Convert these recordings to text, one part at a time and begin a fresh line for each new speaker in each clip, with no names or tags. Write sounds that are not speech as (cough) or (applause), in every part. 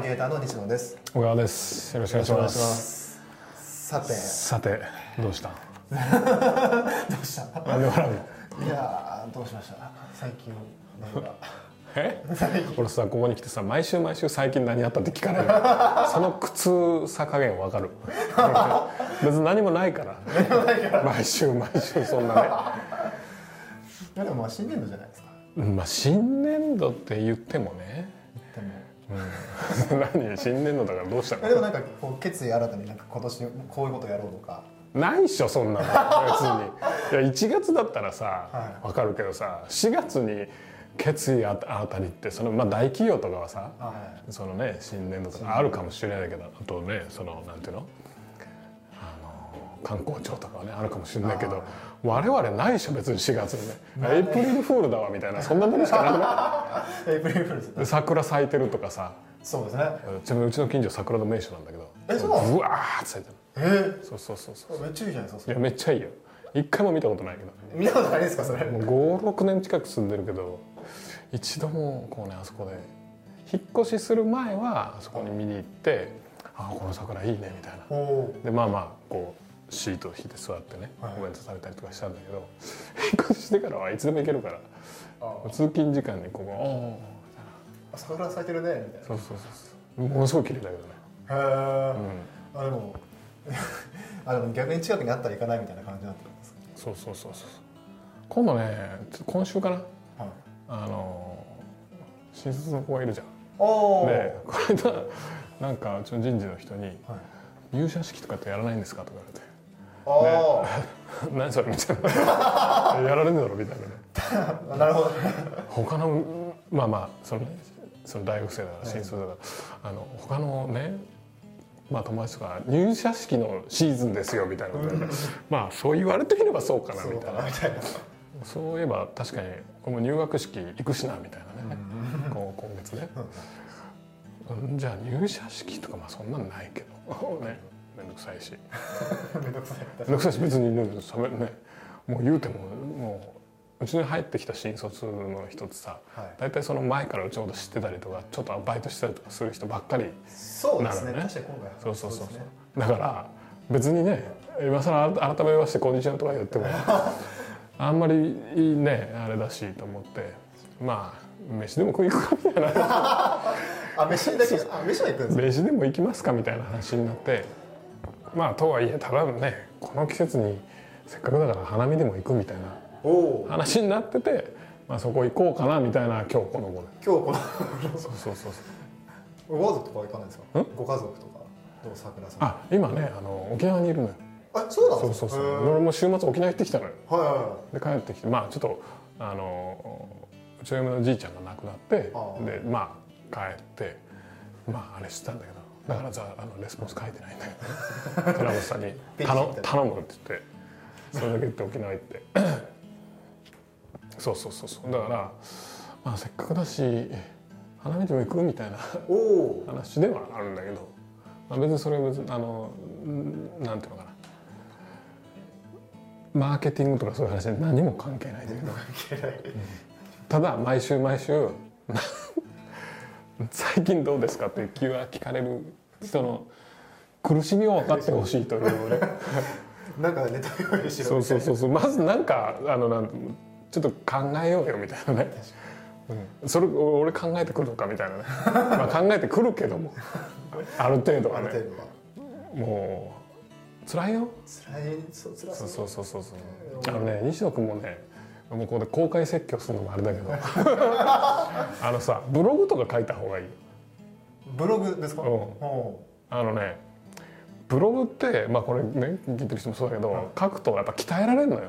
です
小川です。よろしくお願いし
お願
ま
いし
す。
ますさて
さて、どうした。
どうした
あ、で笑うの。
いやーどうしました最近なんか
え俺さここに来てさ毎週毎週最近何あったって聞かれるその苦痛さ加減わかる別に何もないから毎週毎週そんなね
(laughs) いやでもまあ新年度じゃないですか
うんまあ新年度って言ってもね (laughs)
でも
何新年度だからどうした
いやで
の
もなんかこう決意新たになんか今年こういうことやろうとか
ないっしょそんなの別にいや1月だったらさ
は
わかるけどさ4月に決意あたあたりってその、まあ、大企業とかはさ
は
そのね新年度とかあるかもしれないけどあとねそのなんていうのあの観光庁とかはねあるかもしれないけど我々ないでしょ別に4月にねエイプリルフールだわみたいなそんなものしかなくない
エイプリルフールズ (laughs)
いで桜咲いてるとかさ
そうですね
ちなみにうちの近所桜の名所なんだけど
えそうなの
ぶわーって咲いてる
えー、
そうそうそうそう
めっちゃいいじゃないです
い
か
やめっちゃいいよ一回も見たことないけど
見たことないですかそれ
もう56年近く住んでるけど一度もこうねあそこで引っ越しする前はあそこに見に行って「ああこの桜いいね」みたいな
おお
でまあまあこうシートを引いて座ってね
はい
コメントされたりとかしたんだけど、 (laughs) 引っ越ししてからはいつでも行けるから
あ
通勤時間にここ「お
あ桜咲いてるねみたい
お」そうそうそうそうものすごい綺麗だけどね
なへえ、あでも (laughs) あでも逆に近くにあったら行かないみたいな感じになってるんですか
そうそうそうそう今度ねちょ今週かな
はい
あのー新卒の子がいるじゃん
おお、
でこれだなんかうちの人事の人に
はい
「入社式とかってやらないんですか?」とか言われて
おお、
「 (laughs) 何それ?」みたいな「 (laughs) やられるんだろ」みたいなね
あなるほ
(laughs)
ど
他のうんまあまあそのねその大学生だから新卒だから、あの他のねまあ友達とか入社式のシーズンですよみたいなこと (laughs) でまあそう言われてみればそうかな
そ
み
う
た
か
いな
なみたいな
そういえば確かにこの入学式行くしなみたいなね、こう今月ね、うんじゃあ入社式とかまあそんなんないけどねめんどくさいし
めんどくさい
めんどくさいし別にねそれねもう言うてももううちに入ってきた新卒の人ってさ、
はい
大体その前からうちのこと知ってたりとかちょっとバイトしてたりとかする人ばっかり
そうですね
なるほ
確かに今回
そうそうそう
で
そ
す
う、
ね
だから別にね今更改めまして「こんにちは」とか言っても (laughs) あんまりねあれだしと思ってまあ飯でも食いに行くかみたいな (laughs)
あ飯だけあ飯は行くんですね
飯でも行きますかみたいな話になってまあとはいえただねこの季節にせっかくだから花見でも行くみたいな
おお
話になってて、まあ、そこ行こうかなみたいな今日この頃
今日この
そうそうそうそう
ご家族とか行かないですかご家族とかどう桜さんあ
あ今ねあの沖縄にいるのよ
そうなん
そ
で
う
す
そ
か
うそう
へー
俺も週末沖縄行ってきたのよ
はいはい
で帰ってきてまあちょっとあのうちの嫁のじいちゃんが亡くなって
ああ
でまあ帰ってまああれしたんだけどだからさあのレスポンス書いてないんだけ
(laughs)
どね寺本さんに「
ページみ
頼
たいな
頼む」って言ってそれだけ言って沖縄行って (coughs) そうそうそうそうだから、まあ、せっかくだし花見でも行くみたいな
おお
話ではあるんだけど、まあ、別にそれは別にあのんなんていうのかなマーケティングとかそういう話に何も関係ないというかただ毎週毎週 (laughs) な最近どうですかって急は聞かれる人の苦しみを分かってほしいというね
なんかネタ用意し
そ
ろ
うそうそうそうまずなんかあのなんちょっと考えようよみたいなね、うん、それお俺考えてくるのかみたいなね、まあ、考えてくるけどもある程度
あ
は
る
ね
程度は
もう辛いよ
辛いそう辛
そう
い
そうそうそうそうあのね西野君もねもうここで公開説教するのもあれだ (laughs) けどあのさブログとか書いた方がいい
ブログですか
うん
お
あのねブログってまあこれね聞いてる人もそうだけど書くとやっぱ鍛えられるのよ、
ー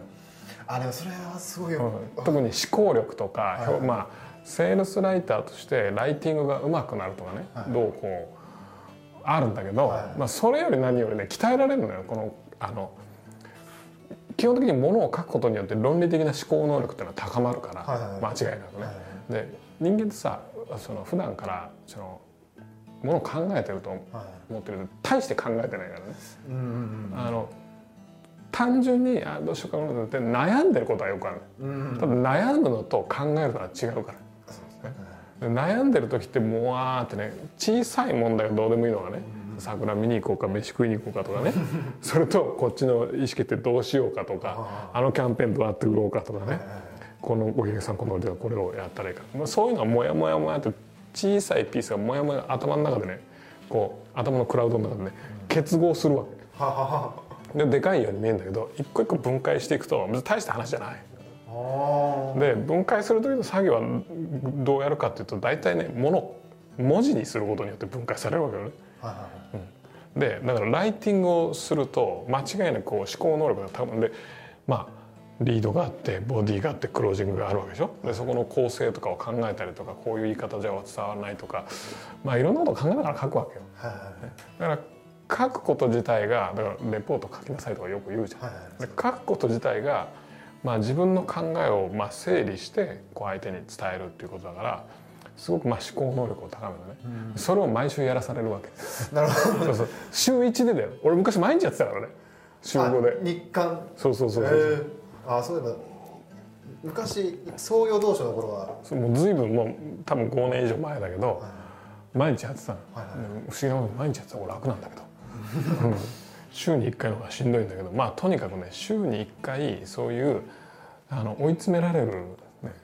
あでもそれはすごいよ
うん特に思考力とか、ひょまあセールスライターとしてライティングが上手くなるとかね、どうこうあるんだけど、
はい
まあ、それより何よりね鍛えられるのよこのあの基本的に物を書くことによって論理的な思考能力っていうのは高まるから、
はいはいはい
間違いなくね。
はい
で人間ってさその普段からそのものを考えてると
は
思ってるけど大して考えてないからね。
いうん
あの単純にあどうしようかなって悩んでることはよくある、
うんうんうん
ただ悩むのと考えるのは違うか
そう
ら、
ですね
悩んでる時ってもうわーってね小さい問題がどうでもいいのがね桜見に行こうか飯食いに行こうかと (laughs) かねそれとこっちの意識ってどうしようかとかあのキャンペーンどうやって売ろうかとかねこのお客さんこの腕はこれをやったらいいか、まあ、そういうのはモヤモヤモヤと小さいピースがモヤモヤ頭の中でねこう頭のクラウドの中でね結合するわけ。
ははは
ででかいように見えるんだけど一個一個分解していくと別に大した話じゃない。
あ
で分解する時の作業はどうやるかっていうと大体ねもの文字にすることによって分解されるわけよね。
あはいはい
でだからライティングをすると間違いなくこう思考能力が高まるんでまあリードがあってボディがあってクロージングがあるわけでしょでそこの構成とかを考えたりとかこういう言い方じゃ伝わらないとかまあいろんなことを考えながら書くわけよ
はいはいはい
だから書くこと自体がだからレポート書きなさいとかよく言うじゃん
はいはい
で書くこと自体が、まあ、自分の考えをまあ整理してこう相手に伝えるっていうことだからすごくまあ思考能力を高めるね、それを毎週やらされるわけ
なるほど
そうそう週一でだよ俺昔毎日やってたからね週5で
あ日刊
そうそうそうそう、
えーあそういえば昔創業同士の頃は
そうもう随分もう多分5年以上前だけど毎日やってたの、
はいはい
でも不思議なことに毎日やってたら楽なんだけどうん週に1回の方がしんどいんだけどまあとにかくね週に1回そういうあの追い詰められる、ね、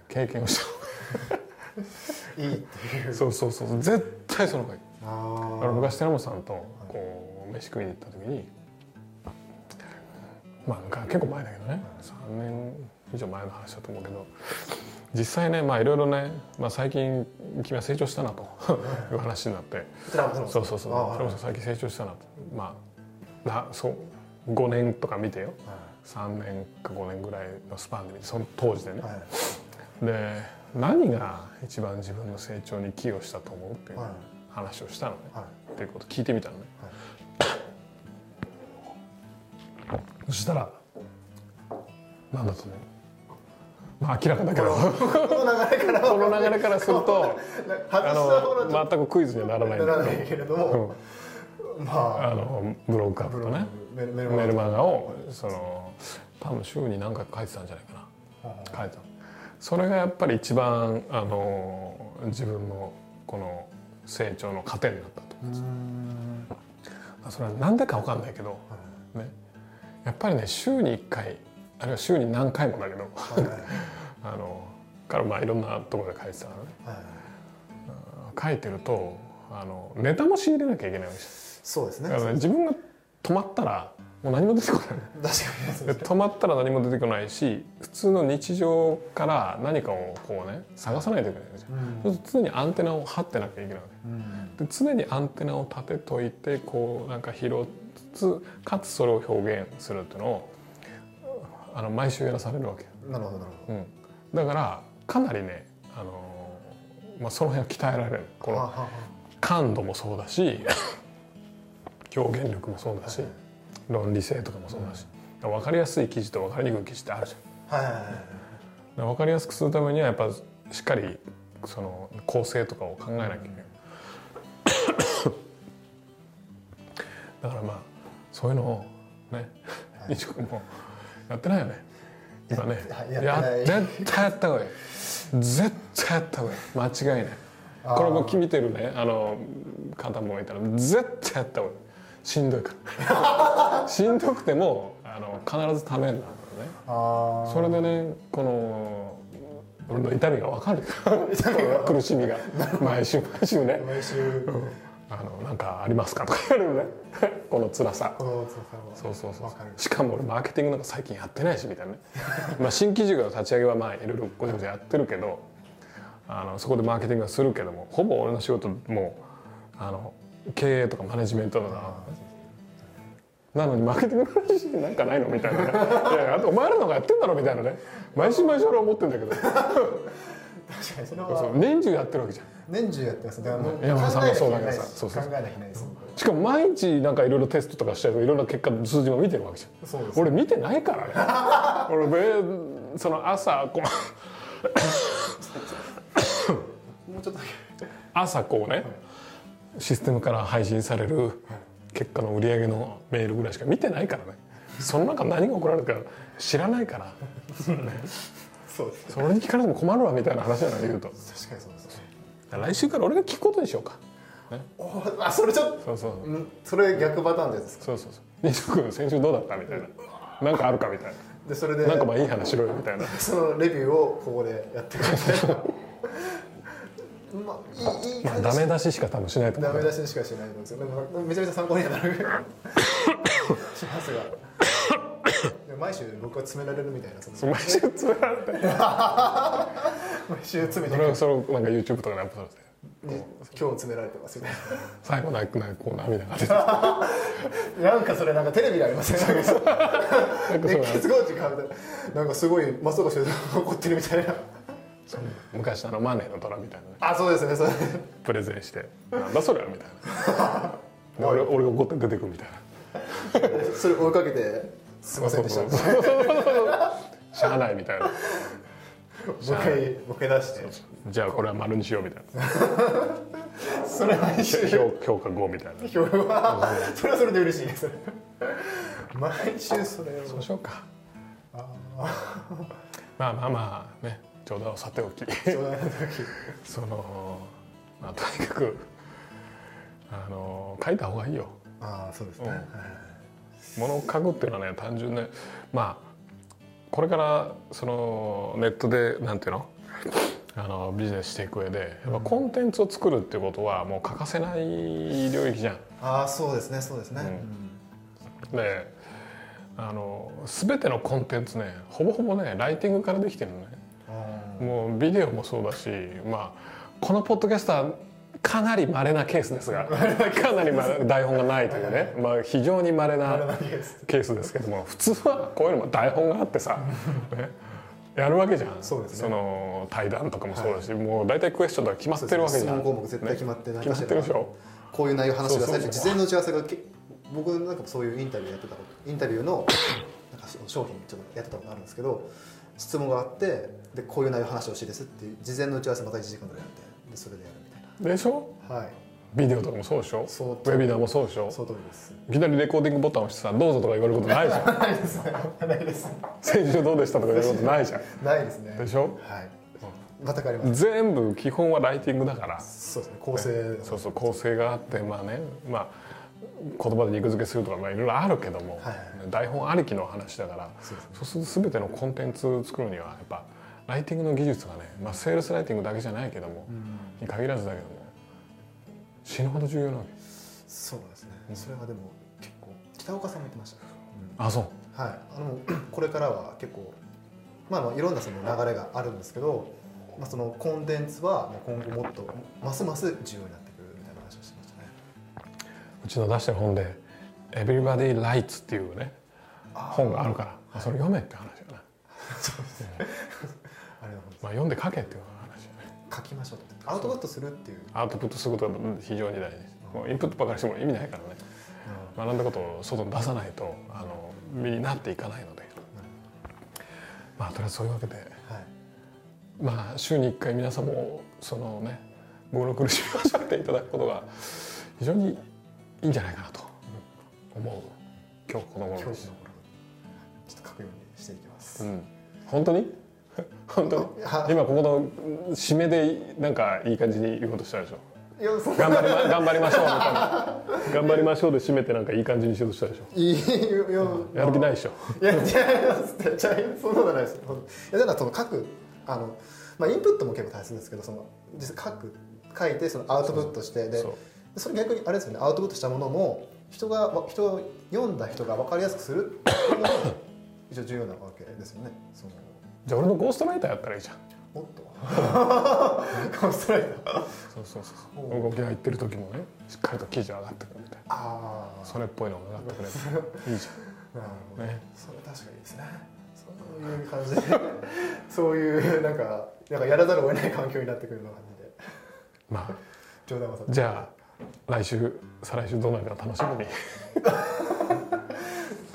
経験をした方が
いいってい
いいう (laughs) そうそうそう絶対その方がいい
あ
だから
ー
昔寺本さんとこう飯食いに行った時にまあ結構前だけどね3年以上前の話だと思うけど実際ねまあいろいろね、まあ、最近君は成長したなと (laughs) いう話になって
寺本さん
そうそうそう
あはい
寺本さん最近成長したなとまあなそう5年とか見てよ3年か5年ぐらいのスパンで見てその当時でね
はいはい
で何が一番自分の成長に寄与したと思うっていう
はい
話をしたのね
はい
っていうこと聞いてみたのね、 (coughs) そしたらなんだと思うまあ明らかだけど
この流れから
この流れからすると
外した
あ
方がちょ
の全くクイズにはなら
っ
ない
と
ん
な
だ
ら
け
ないけれども、
ど
まあ
あのブログ書くとね
メルメルマ
メ
ガ
ルマガをその多分週に何回か書いてたんじゃないかな書いてたそれがやっぱり一番あの自分のこの成長の糧になったと
うーん
まあそれは何でか分かんないけど、ね、やっぱりね週に1回あるいは週に何回もだけど
はいはい
あのからまあいろんなところで書いてたからね
はい
書いてるとあのネタも仕入れなきゃいけないわけです
そうですね
だ
確
か
から
ね自分が止まったらもう何も出てこない
にそう
で
ですね
止まったら何も出てこないし普通の日常から何かをこうね探さないといけないわけじゃん
うん
そうすると常にアンテナを張ってなきゃいけないわけ
うん
で常にアンテナを立てといてこうなんか拾つつかつそれを表現するっていうのをあの毎週やらされるわけ、
なるほどなるほ
うん、だからかなりね、あのーまあ、その辺を鍛えられるこ
どは
の
あは
感度もそうだし (laughs) 表現力もそうだし論理性とかもそうだし分かりやすい記事と分かりにくい記事ってあるじゃん。
あはいはいはいはい
だから分かりやすくするためにはやっぱしっかりその構成とかを考えなきゃいけない、だからまあそういうのをね一応もうやってないよね今ね
ややってない
や絶対やった方がいい絶対やった方がいい間違いない
あー
これも見てるねあの方もいたら絶対やった方がいいしんどいか
(laughs)
らしんどくてもあの必ずためになるからね
あ
それでねこの俺の痛みがわかる苦しみが毎週毎週ね
あ毎週
「あのなんかありますか?」とか言われるねこの辛さ
このさんは
そうそうそう
わかる
しかも俺マーケティングなんか最近やってないしみたいなね (laughs) まあ新規事業の立ち上げはまあいろいろごちゃごちゃやってるけどあのそこでマーケティングはするけどもほぼ俺の仕事もうあの経営とかマネジメントとかなのにマーケティングの話なんかないのみたいな、ね、いやあとお前らの方がやってんだろみたいなね毎週毎週俺は思ってんだけど
確かにそれ
そう
は
年中やってるわけじゃん
年中やってますねあの考え
山
な
本
き
さん
ゃ
も
い
そ
け
うだけ
な
ど
い
さ
です
そう
考
そう
えなきゃいけないです
しかも毎日なんかいろいろテストとかしたりとかいろんな結果数字も見てるわけじゃん
そうです
俺見てないからね俺べその朝こう
もうちょっとだけ
朝こうねシステムから配信される結果の売り上げのメールぐらいしか見てないからねその中何が送られるか知らないから
そうです
それに聞かれても困るわみたいな話じゃない言うと
確かにそうですね
来週から俺が聞くことにしようか
おあそれちょっ
そうそう
とんそれ逆パターンでですか
そうそうそう西野君先週どうだったみたいななんかあるかみたい
でそれ
な
で
なんかまあいい話しろよみたいな
そのレビューをここでやってくれてまあいいいい
まあ
感じ
ダメ出ししか多分しないと思
ダ
うか
メ
ら
出しにしかしないんですよでもめちゃめちゃ参考にはなるしますがでも毎週僕は詰められるみたいなその
そう毎週つられて
毎週詰め
そ
て
れをそれをなんか YouTube とかにアップされて
今日詰められてますみたい
最後なんかなんかこう涙が出て
ななんかそれなんかテレビでありませんなんかそう熱血工事かみたいななんかすごい松岡修造が怒ってるみたいな
そう昔のあのマネーの虎みたいなね
あそうですねそう
プレゼンしてなんだそれはみたいなで俺俺が怒って出てくるみたいな
それ追いかけてすいませんでしたもう
そうそうそうそう (laughs) しゃあないみたいな
一回ボケ出して
じゃあこれは丸にしようみたい
(laughs)
な
それ毎週
評評価5みたいな
それはそれはそれで嬉しいです毎週それを
そうしようかまあまあまあね冗談をさておき
冗談の時
その、まあ、とにかくあの書いた方がいいよ
ああそうですね、
うん物を書くっていうのはね単純でまあこれからそのネットでなんていうのあのビジネスしていく上でやっぱコンテンツを作るっていうことはもう欠かせない領域じゃん。
ああそうですねそうですね、
う
うんん
であの全てのコンテンツねほぼほぼねライティングからできてるのね。もうビデオもそうだしまあこのポッドキャスターかなり稀なケースですがかなり稀な台本がないというね、まあ、非常に稀な
あれなんです
ケースですけども普通はこういうのも台本があってさ、ね、やるわけじゃん
そうですね
の対談とかもそうだし、もう大体クエスチョンとか決まってるわけじ
質
ゃん
問項目絶対決まって
ね
何
決
か
まっ
して
る
ら
でしょ
こういう内容話してくださいって
そうそうそう
事前の打ち合わせがけ僕なんかそういうインタビューやってたことインタビューのなんか商品ちょっとやってたことあるんですけど質問があってでこういう内容話してほしいですっていう事前の打ち合わせまた1時間ぐらいやってでそれでやるみたい
でしょ
なはい
ビデオとかもそうでしょウ
そう
ェビナーもそうでしょ
その通りです
いきなりレコーディングボタン押してさ「どうぞ」とか言われることないじゃ
(laughs)
ん
ないですないです
先週どうでしたとか言われることな
(laughs)
いじゃん
ないですね
でしょ
はい全くあります
全部基本はライティングだから
そうですね構成
そうそう構成があってまあねまあ言葉で肉付けするとかまあいろいろあるけども、
はい
台本ありきの話だから
そうです
そうすると全てのコンテンツ作るにはやっぱライティングの技術がね、まあ、セールスライティングだけじゃないけども、に限らずだけども死ぬほど重要なわけ
そうなんですね、それはでも結構北岡さんも言ってました、
あそう
はいあの (clears throat) これからは結構まあまあいろんなその流れがあるんですけど、まあ、そのコンテンツはもう今後もっとますます重要になってくるみたいな話をしてましたね
うちの出してる本で「Everybody Lights」っていうね本があるからまあそれ読めって話だな、
あれの本
まあ、読んで書けっていう話だね
書きましょうってアウトプットするっていう
アウトプットすることが非常に大事ですもうインプットばかりしても意味ないからね学んだことを外に出さないとあの身になっていかないのでまあとりあえずそういうわけで
はい
まあ週に1回皆さんもそのねご苦労しみをしっていただくことが非常にいいんじゃないかなと思う今日この頃
教
で
師
す
の頃ちょっと書くようにしていきます、
うん、本当に (laughs) 本当に
は
今ここの締めでなんかいい感じに言おうとしたでしょ
いやそう
頑張りま (laughs) 頑張りましょうみたいな頑張りましょうで締めてなんかいい感じにしようとしたでしょ
いいよよ
やる気ないでしょ
いや違いますってじゃあそんなことないですほんといやだからその書くあの、まあ、インプットも結構大切ですけどその実際書く書いてそのアウトプットしてで
そう
それ逆にあれですよねアウトプットしたものも人がわ人を読んだ人が分かりやすくするっていうのも一応重要なわけですよねその
じゃあ俺のゴーストライターやったらいいじゃん
おっ
(laughs)
とゴーストライター
そうそうそうそう。動きが行ってる時もね、しっかりと記事上がってくるみたいな。
ああ
それっぽいのが上が (laughs) ってくれて、いいじ
なるほ
ゃ
ど
ん。ね。
それ確かにいいですねそういう感
(laughs)
じでそういうなんかなんかやらざるを得ない環境になってくるような感じで
まあ、
冗談はさて
じゃあ、来週、再来週どうなるか楽しみに。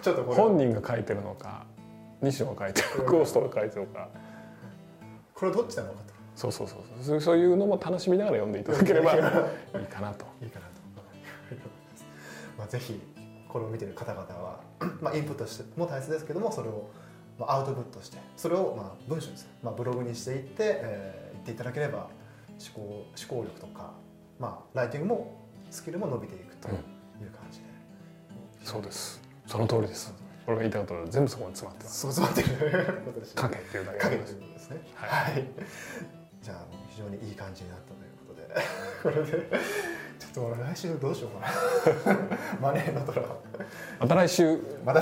ちょっ (laughs) とこれ
本人が書いてるのか、西野が書いてるのか、ゴーストが書いてるのか。
これどっちなのか
そうそうそうそう、そういうのも楽しみながら読んでいただけれ
(laughs)
ば、いいかなと。
といいかなと思います (laughs) まあぜひこれを見てる方々は (clears throat) まあインプットしても大切ですけどもそれをまあアウトプットしてそれをまあ文章ですねまあブログにしていって、えー言っていただければ思考思考力とか、まあ、ライティングもスキルも伸びていくという感じで、
そうですその通りです俺が言いたいことは全部そこに詰まってます
そうそうっていう (laughs) ことですね
影っていうだけ
影の部分ですね
はい
はい、じゃあ非常にいい感じになったということでこれで (laughs) ちょっと俺来週どうしようかなマネーのトラ
また来週
また